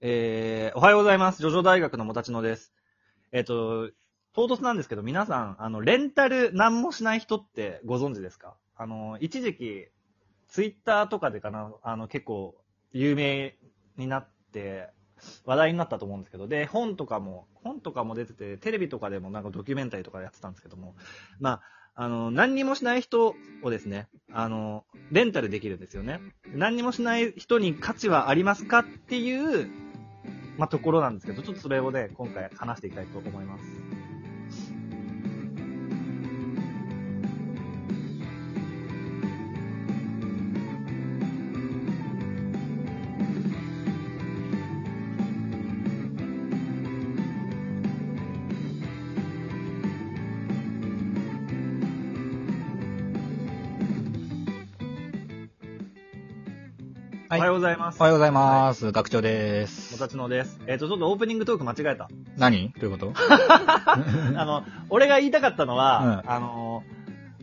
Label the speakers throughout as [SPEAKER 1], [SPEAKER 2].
[SPEAKER 1] えー、おはようございます。ジョジョ大学のもたちのです。えっ、と、唐突なんですけど、皆さん、あの、レンタル何もしない人ってご存知ですかあの、一時期、ツイッターとかでかな、あの、結構、有名になって、話題になったと思うんですけど、で、本とかも、本とかも出てて、テレビとかでもなんかドキュメンタリーとかやってたんですけども、まあ、あの、何にもしない人をですね、あの、レンタルできるんですよね。何にもしない人に価値はありますかっていう、まあ、ところなんですけど、ちょっとそれをね、今回話していきたいと思います。
[SPEAKER 2] は
[SPEAKER 1] お
[SPEAKER 2] い
[SPEAKER 1] はようございます。
[SPEAKER 2] おはようございます。学長で
[SPEAKER 1] も
[SPEAKER 2] す。
[SPEAKER 1] たちのです。えっ、と、ちょっとオープニングトーク間違えた。
[SPEAKER 2] 何どういうこと
[SPEAKER 1] あの、俺が言いたかったのは、あの、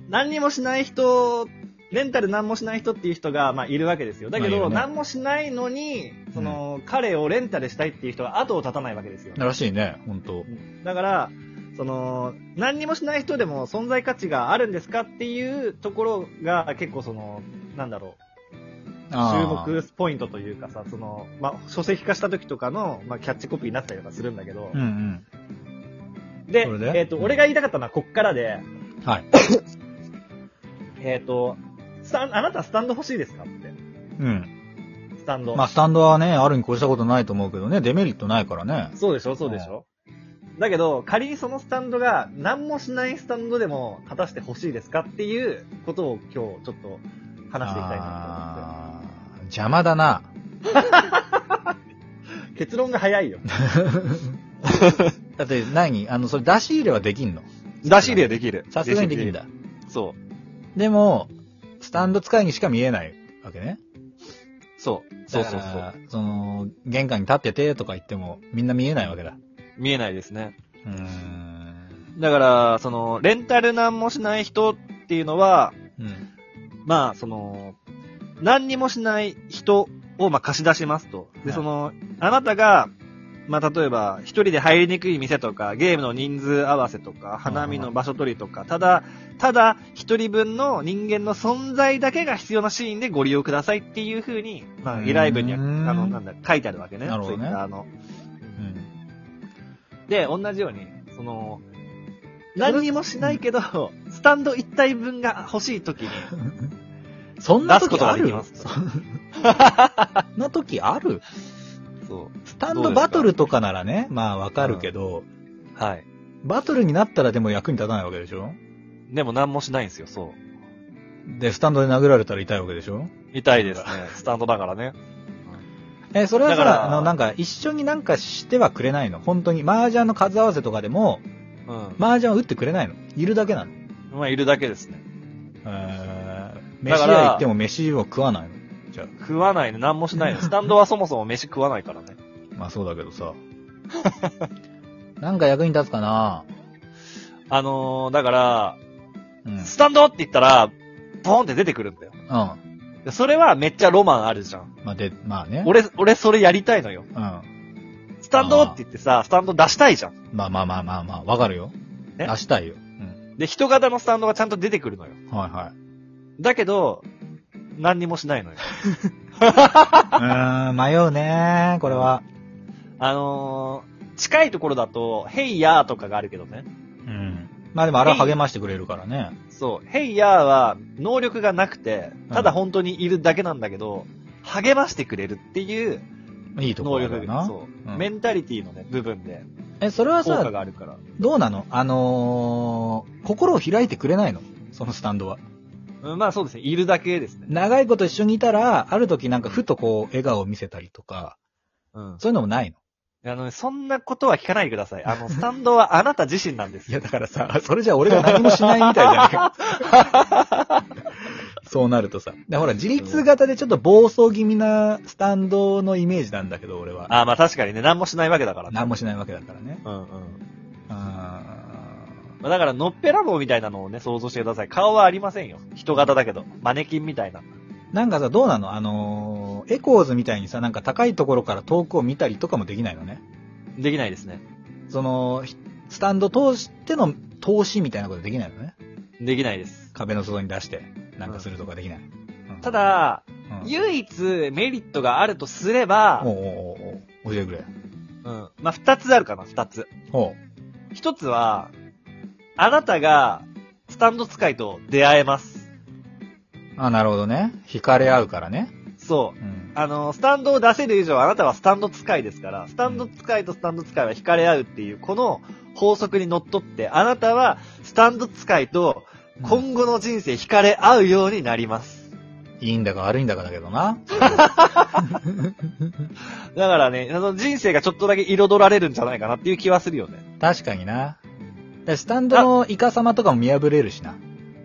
[SPEAKER 1] 何にもしない人、レンタル何もしない人っていう人が、まあ、いるわけですよ。だけ
[SPEAKER 2] まあい
[SPEAKER 1] ど、
[SPEAKER 2] るね
[SPEAKER 1] 何もしないのに、その、彼をレンタルしたいっていう人は後を絶たないわけですよ。
[SPEAKER 2] らしいね、ほんと。
[SPEAKER 1] だから、その、何にもしない人でも存在価値があるんですかっていうところが、結構その、なんだろう。注
[SPEAKER 2] あー
[SPEAKER 1] 目ポイントというかさ、その、まあ、書籍化した時とかの、まあ、キャッチコピーになったりとかするんだけど
[SPEAKER 2] う、ん
[SPEAKER 1] で、
[SPEAKER 2] それで
[SPEAKER 1] えっ、と、
[SPEAKER 2] うん
[SPEAKER 1] 俺が言いたかったのはこっからで、
[SPEAKER 2] うん。はい。
[SPEAKER 1] えっ、と、スタン、あなたスタンド欲しいですかって。
[SPEAKER 2] うん。
[SPEAKER 1] スタンド。
[SPEAKER 2] まあ、スタンドはね、あるに越したことないと思うけどね、デメリットないからね。
[SPEAKER 1] そうでしょそうでしょ、だけど、仮にそのスタンドが何もしないスタンドでも果たして欲しいですかっていうことを今日ちょっと話していきたいなと思っ
[SPEAKER 2] あー邪魔だな。
[SPEAKER 1] て。結論が早いよ。
[SPEAKER 2] だって何あの、それ出し入れはできんの
[SPEAKER 1] 出し入れはできる。
[SPEAKER 2] さすがにできんだ。
[SPEAKER 1] そ
[SPEAKER 2] でも、スタンド使いにしか見えないわけね。
[SPEAKER 1] う。そう。そうそう
[SPEAKER 2] だ
[SPEAKER 1] そ
[SPEAKER 2] か
[SPEAKER 1] う。
[SPEAKER 2] ら。その、玄関に立っててとか言っても、みんな見えないわけだ。
[SPEAKER 1] 見えないですね。
[SPEAKER 2] うーん。
[SPEAKER 1] だから、その、レンタルなんもしない人っていうのは、
[SPEAKER 2] うん。
[SPEAKER 1] まあ、その、何にもしない人を、まあ、貸し出しますと。
[SPEAKER 2] は
[SPEAKER 1] で、
[SPEAKER 2] い
[SPEAKER 1] その、あなたが、まあ、例えば、一人で入りにくい店とか、ゲームの人数合わせとか、花見の場所取りとか、ただ、ただ、一人分の人間の存在だけが必要なシーンでご利用くださいっていう風に、まあ、依頼文には、あ
[SPEAKER 2] うーん
[SPEAKER 1] の、なんだ、書いてあるわけね。
[SPEAKER 2] なるほどね
[SPEAKER 1] Twitter の。
[SPEAKER 2] うん。
[SPEAKER 1] で、同じように、その、何にもしないけど、スタンド一体分が欲しい時に、
[SPEAKER 2] そん
[SPEAKER 1] 出
[SPEAKER 2] な
[SPEAKER 1] すこ
[SPEAKER 2] 時
[SPEAKER 1] と
[SPEAKER 2] あ
[SPEAKER 1] がで
[SPEAKER 2] る
[SPEAKER 1] きます。
[SPEAKER 2] そんな時ある
[SPEAKER 1] そう。
[SPEAKER 2] スタンドバトルとかならね、まあわかるけど、
[SPEAKER 1] はい。
[SPEAKER 2] バトルになったらでも役に立たないわけでしょ
[SPEAKER 1] でも何もしないんですよ、そう。
[SPEAKER 2] で、スタンドで殴られたら痛いわけでしょ
[SPEAKER 1] 痛いですね。スタンドだからね。
[SPEAKER 2] え、それは
[SPEAKER 1] だから
[SPEAKER 2] さ、あの、なんか、一緒になんかしてはくれないの本当に。麻雀の数合わせとかでも、
[SPEAKER 1] うん。
[SPEAKER 2] 麻雀を打ってくれないのいるだけなの
[SPEAKER 1] まあ、いるだけですね。
[SPEAKER 2] えー、
[SPEAKER 1] だ
[SPEAKER 2] 飯
[SPEAKER 1] から
[SPEAKER 2] 屋行っても飯を食わないのじゃ
[SPEAKER 1] 食わないね。何もしないね。スタンドはそもそも飯食わないからね。
[SPEAKER 2] あ、まあそうだけど さ。なんか役に立つかな
[SPEAKER 1] あのー、だから、
[SPEAKER 2] うん。うん。
[SPEAKER 1] スタンドって言ったら、ポーンって出てくるんだよ。
[SPEAKER 2] ま
[SPEAKER 1] でそれはめっちゃロマンあるじゃん。
[SPEAKER 2] あで、まあね。
[SPEAKER 1] 俺、俺それやりたいのよ。
[SPEAKER 2] うん。ま
[SPEAKER 1] スタンドって言ってさ、スタンド出したいじゃん。
[SPEAKER 2] あまあまあまあまあ、わかるよ。
[SPEAKER 1] え
[SPEAKER 2] 出したいよ。うん。
[SPEAKER 1] で、人型のスタンドがちゃんと出てくるのよ。
[SPEAKER 2] はいはい。
[SPEAKER 1] だけど、何にもしないのよ。
[SPEAKER 2] うーん、迷うねこれは。
[SPEAKER 1] あのー、近いところだと、ヘイヤーとかがあるけどね。
[SPEAKER 2] うん。まあでもあれは励ましてくれるからね。
[SPEAKER 1] そう、ヘイヤーは能力がなくて、ただ本当にいるだけなんだけど、励ましてくれるっていう
[SPEAKER 2] いいと
[SPEAKER 1] 能
[SPEAKER 2] ころだよ
[SPEAKER 1] 力
[SPEAKER 2] な。
[SPEAKER 1] そう、
[SPEAKER 2] うん
[SPEAKER 1] メンタリティのね、部分で
[SPEAKER 2] え、それは
[SPEAKER 1] 効果
[SPEAKER 2] さ、
[SPEAKER 1] があるから。
[SPEAKER 2] どうなのあのー、心を開いてくれないのそのスタンドは。
[SPEAKER 1] うん、まあそうですね、いるだけですね。
[SPEAKER 2] 長いこと一緒にいたら、ある時なんかふとこう、笑顔を見せたりとか、
[SPEAKER 1] うん。
[SPEAKER 2] そういうのもないの
[SPEAKER 1] あのね、そんなことは聞かないでください。あの、スタンドはあなた自身なんです
[SPEAKER 2] い
[SPEAKER 1] よ
[SPEAKER 2] や、。だからさ、それじゃ俺が何もしないみたいじゃないか。 そうなるとさ。でほら、自立型でちょっと暴走気味なスタンドのイメージなんだけど、俺は。
[SPEAKER 1] あまあ確かにね、何もしないわけだからね。
[SPEAKER 2] 何もしないわけだからね。
[SPEAKER 1] うんうん。
[SPEAKER 2] うーん
[SPEAKER 1] まあ、だから、のっぺらぼうみたいなのをね、想像してください。顔はありませんよ。人型だけど。マネキンみたいな。
[SPEAKER 2] なんかさ、どうなのあのエコーズみたいにさ、なんか高いところから遠くを見たりとかもできないのね。
[SPEAKER 1] できないですね。
[SPEAKER 2] その、ひスタンド通しての投資みたいなことできないのね。
[SPEAKER 1] できないです。
[SPEAKER 2] 壁の外に出して、なんかするとかできない。うん
[SPEAKER 1] た、だ、
[SPEAKER 2] うん
[SPEAKER 1] 唯一メリットがあるとすれば、
[SPEAKER 2] おうおうおうおう教えてくれ。
[SPEAKER 1] うん。まあ、二つあるかな、二つ。
[SPEAKER 2] ほ
[SPEAKER 1] 一つは、あなたが、スタンド使いと出会えます。
[SPEAKER 2] う。あ、なるほどね。惹かれ合うからね。
[SPEAKER 1] そうう。
[SPEAKER 2] ん。
[SPEAKER 1] あの、スタンドを出せる以上、あなたはスタンド使いですから、スタンド使いとスタンド使いは惹かれ合うっていう、この法則にのっとって、あなたは、スタンド使いと、今後の人生惹かれ合うようになります。
[SPEAKER 2] いいんだか悪いんだかだけ どな。
[SPEAKER 1] だからね、あの人生がちょっとだけ彩られるんじゃないかなっていう気はするよね。
[SPEAKER 2] 確かにな。でスタンドのイカ様とかも見破れるしな。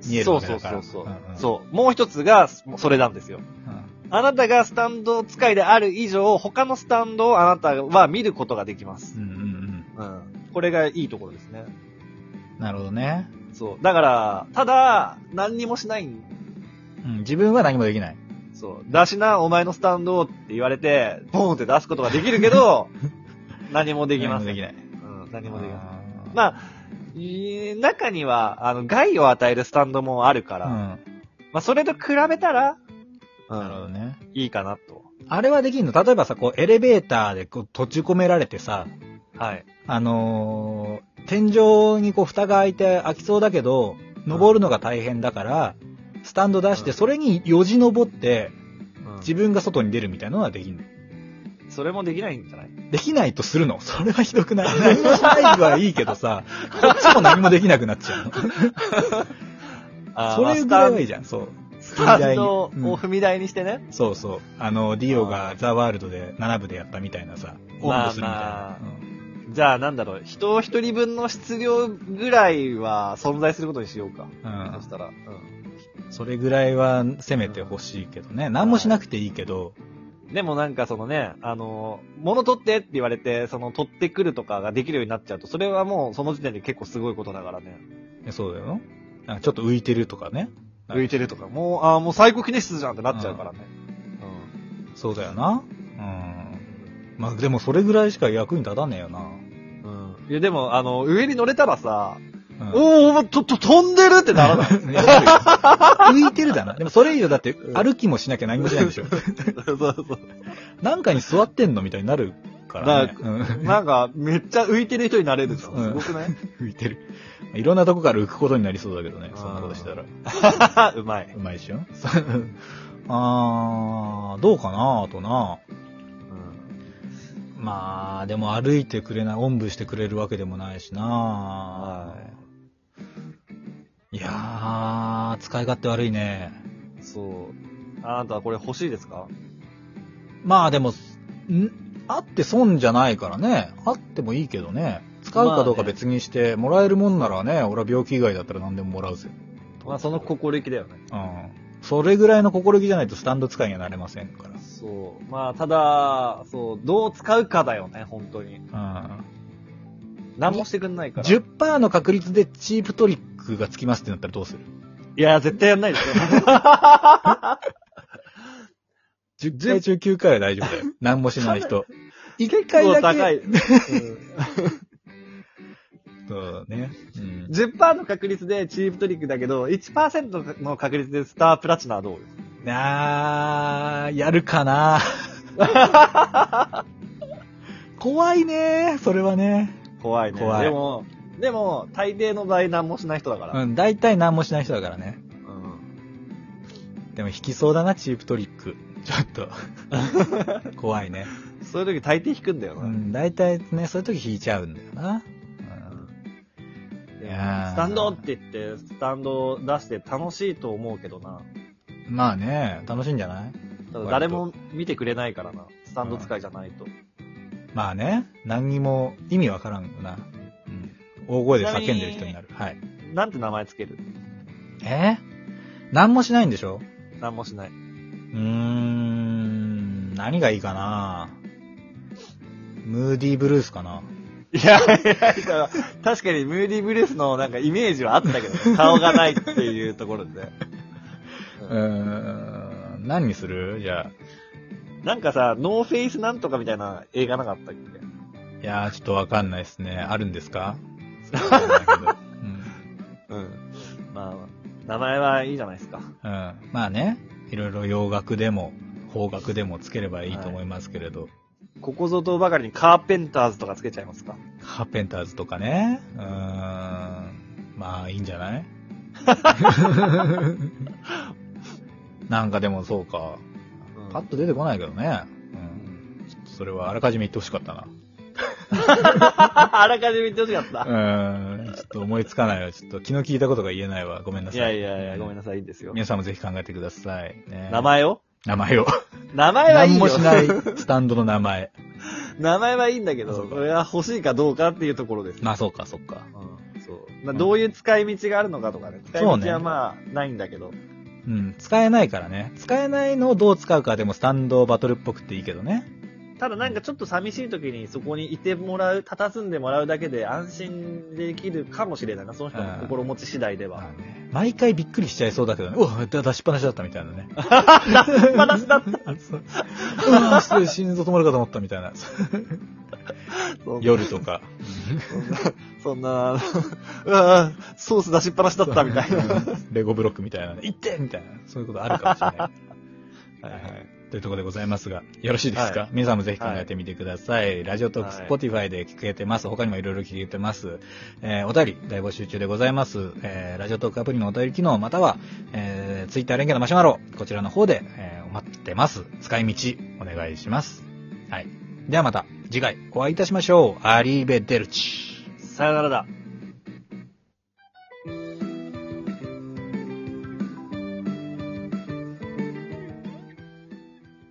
[SPEAKER 2] 見える
[SPEAKER 1] そ
[SPEAKER 2] わ
[SPEAKER 1] う
[SPEAKER 2] け
[SPEAKER 1] そう
[SPEAKER 2] だか
[SPEAKER 1] そ
[SPEAKER 2] ら
[SPEAKER 1] うそう、
[SPEAKER 2] うんうん
[SPEAKER 1] そう。もう一つが、そそれなんですよ。
[SPEAKER 2] うん
[SPEAKER 1] あなたがスタンド使いである以上、他のスタンドをあなたは見ることができます。
[SPEAKER 2] うんう
[SPEAKER 1] う
[SPEAKER 2] ん
[SPEAKER 1] ん。これがいいところですね。
[SPEAKER 2] うん。なるほどね。
[SPEAKER 1] そう。だから、ただ、何にもしないん
[SPEAKER 2] うん、自分は何もできない。
[SPEAKER 1] そう。出しな、お前のスタンドをって言われて、ボーンって出すことができるけど、何もできません。
[SPEAKER 2] 何もできない。
[SPEAKER 1] うん、何もできません。
[SPEAKER 2] あ
[SPEAKER 1] まあ、い中には、あの、害を与えるスタンドもあるか
[SPEAKER 2] ー
[SPEAKER 1] ら、
[SPEAKER 2] うん。
[SPEAKER 1] まあ、それと比べたら、う
[SPEAKER 2] なるほど
[SPEAKER 1] ん、
[SPEAKER 2] ね。
[SPEAKER 1] いいかなと。
[SPEAKER 2] あれはできんの例えばさ、こう、エレベーターでこう閉じ込められてさ、
[SPEAKER 1] はい。
[SPEAKER 2] あのー天井にこう、蓋が開いて開きそうだけど、登るのが大変だから、スタンド出して、
[SPEAKER 1] うん
[SPEAKER 2] それによじ登って、
[SPEAKER 1] うん
[SPEAKER 2] 自分が外に出るみたいなのはできんの。
[SPEAKER 1] それもできないんじゃない
[SPEAKER 2] できないとするのそれはひど くない。何もしないはいいけどさ、こっちも何もできなくなっちゃうの。
[SPEAKER 1] あー
[SPEAKER 2] そ
[SPEAKER 1] まあ
[SPEAKER 2] れぐらいはいいじゃん、そう。
[SPEAKER 1] スタンスタンドを踏み台にしてね。
[SPEAKER 2] そうそう。あの、ディオがザ・ワールドで7部でやったみたいなさ、おんぶするみたいな。
[SPEAKER 1] まあまあ
[SPEAKER 2] うん
[SPEAKER 1] じゃあ、なんだろう、人一人分の質量ぐらいは存在することにしようか。
[SPEAKER 2] うん
[SPEAKER 1] そしたら、うん。
[SPEAKER 2] それぐらいは攻めてほしいけどね。何もしなくていいけど、
[SPEAKER 1] でもなんかそのね、あの、物取ってって言われて、その取ってくるとかができるようになっちゃうと、それはもうその時点で結構すごいことだからね。
[SPEAKER 2] そうだよ。なんかちょっと浮いてるとかね。はい
[SPEAKER 1] 浮いてるとか、もう、ああ、もう最高記念室じゃんってなっちゃうからね。
[SPEAKER 2] そうだよな。うん。まあでもそれぐらいしか役に立たねえよな。
[SPEAKER 1] うん。うん。いや、でも、あの、上に乗れたらさ、
[SPEAKER 2] うん
[SPEAKER 1] おおー、と、と、飛んでるってなら ない。
[SPEAKER 2] いやそうよ浮いてるだな。でもそれ以上だって歩きもしなきゃ何もしないでしょ。
[SPEAKER 1] そうそう。
[SPEAKER 2] なんかに座ってんのみたいになるからね。うん
[SPEAKER 1] なんか、めっちゃ浮いてる人になれるじゃん。すごくない、
[SPEAKER 2] 浮いてる。いろんなとこから浮くことになりそうだけどね。そんなことした ら。
[SPEAKER 1] うまい。
[SPEAKER 2] うまいっしょあー、どうかなあとな。まあ、でも歩いてくれない、おんぶしてくれるわけでもないしな
[SPEAKER 1] はい
[SPEAKER 2] やー、使い勝手悪いね。
[SPEAKER 1] い。そう。あなたはこれ欲しいですか
[SPEAKER 2] まあでも、んあって損じゃないからね。あってもいいけどね。使うかどうか別にして、もらえるもんならね、俺は病気以外だったら何でももらうぜ。
[SPEAKER 1] まあ、その心意気だよね。
[SPEAKER 2] うん。それぐらいの心意気じゃないとスタンド使いにはなれませんから。
[SPEAKER 1] そう。まあ、ただ、そう、どう使うかだよね、本当に。
[SPEAKER 2] うん。
[SPEAKER 1] 何もしてくんないから。い
[SPEAKER 2] 10%の確率でチープトリックがつきますってなったらどうする
[SPEAKER 1] や、絶対やんないですよ。
[SPEAKER 2] ?10 回中9回は大丈夫 だよ。何もしない人。1回
[SPEAKER 1] そう、
[SPEAKER 2] だけ。
[SPEAKER 1] 高 い。
[SPEAKER 2] そうだね。うん。
[SPEAKER 1] 10%の確率でチープトリックだけど、1%の確率でスタープラチナはどうです
[SPEAKER 2] あー、やるかな 怖いねそれはね。
[SPEAKER 1] 怖いね。
[SPEAKER 2] 怖い
[SPEAKER 1] でも、でも、大抵の場合何もしない人だから。
[SPEAKER 2] うん、大体何もしない人だからね。
[SPEAKER 1] うん
[SPEAKER 2] でも引きそうだな、チープトリック。ちょっ と。怖いね。
[SPEAKER 1] そういう時大抵引くんだよな。
[SPEAKER 2] うん、大体ね、そういう時引いちゃうんだよな。
[SPEAKER 1] で
[SPEAKER 2] いやー
[SPEAKER 1] スタンドって言って、スタンドを出して楽しいと思うけどな。
[SPEAKER 2] うん、まあね、楽しいんじゃない
[SPEAKER 1] ただ誰も見てくれないからな。スタンド使いじゃないと。
[SPEAKER 2] まあね、何にも意味わからんよな。うん。大声で叫んでる人になる。はい。
[SPEAKER 1] なんて名前つける
[SPEAKER 2] えー、何もしないんでしょ
[SPEAKER 1] 何もしない。
[SPEAKER 2] うーん、何がいいかなムーディーブルースかない
[SPEAKER 1] や、いや、いや確かにムーディブルースのなんかイメージはあったけど、ね、顔がないっていうところでね。
[SPEAKER 2] うーん、何にするじゃあ。
[SPEAKER 1] なんかさ、ノーフェイスなんとかみたいな映画なかったっけ
[SPEAKER 2] いやー、ちょっとわかんないですね。あるんですかうん。
[SPEAKER 1] うん。まあ、名前はいいじゃないですか。
[SPEAKER 2] うん。まあね、いろいろ洋楽でも、邦楽でもつければいいと思いますけれど、
[SPEAKER 1] ここぞとばかりにカーペンターズとかつけちゃいますか。
[SPEAKER 2] カーペンターズとかね、うーん、まあいいんじゃないなんかでもそうか、パッと出てこないけどね。う。
[SPEAKER 1] うんん
[SPEAKER 2] ちょっとそれはあらかじめ言ってほしかったな。
[SPEAKER 1] あらかじめ言ってほしかった。
[SPEAKER 2] うーん、ちょっと思いつかないわ。ちょっと気の利いたことが言えないわ。ごめんないさい。
[SPEAKER 1] やいやいや、ごめんな
[SPEAKER 2] な
[SPEAKER 1] さい、いいですよ。
[SPEAKER 2] 皆さんもぜひ考えてください。ね
[SPEAKER 1] 名前を
[SPEAKER 2] 名前を。
[SPEAKER 1] 名前はいい
[SPEAKER 2] 何
[SPEAKER 1] よ。
[SPEAKER 2] もしないスタンドの名前。
[SPEAKER 1] 名前はいいんだけ
[SPEAKER 2] あそ
[SPEAKER 1] ど、
[SPEAKER 2] うか
[SPEAKER 1] これは欲しいかどうかっていうところです。
[SPEAKER 2] まあそうか、そうか。
[SPEAKER 1] うんそう。などういう使い道があるのかとかね。使い
[SPEAKER 2] そう
[SPEAKER 1] 道
[SPEAKER 2] ね
[SPEAKER 1] はまあ、ないんだけど。
[SPEAKER 2] うん、使えないからね。使えないのをどう使うかはでもスタンドバトルっぽくていいけどね。
[SPEAKER 1] ただなんかちょっと寂しい時にそこにいてもらう、佇んでもらうだけで安心できるかもしれないな、その人の心持ち次第で
[SPEAKER 2] まあ
[SPEAKER 1] は。
[SPEAKER 2] ね毎回びっくりしちゃいそうだけどね。うわ、だ出しっぱなしだったみたい なね。
[SPEAKER 1] 私だった。
[SPEAKER 2] そううわ、失礼、心臓止まるかと思ったみたいな。夜とか。
[SPEAKER 1] そんな、 うわぁソース出しっぱなしだったみたいな。は
[SPEAKER 2] うん レゴブロックみたいなね。行ってみたいな。そういうことあるかもし れない。
[SPEAKER 1] い はい
[SPEAKER 2] というところでございますが、よろしいですか、
[SPEAKER 1] はい
[SPEAKER 2] 皆さんもぜひ考えてみてください。ラジオトーク、
[SPEAKER 1] は
[SPEAKER 2] ス
[SPEAKER 1] い
[SPEAKER 2] ポティファイで聞けてます。他にもいろいろ聞けてます。えーお便り、大募集中でございます。えーラジオトークアプリのお便り機能、または、えー、ツイッター連携のマシュマロ、こちらの方で、えー待ってます。使い道、お願いします。はい。ではまた、次回、お会いいたしましょう。アリーベデルチ。
[SPEAKER 1] さよならだ。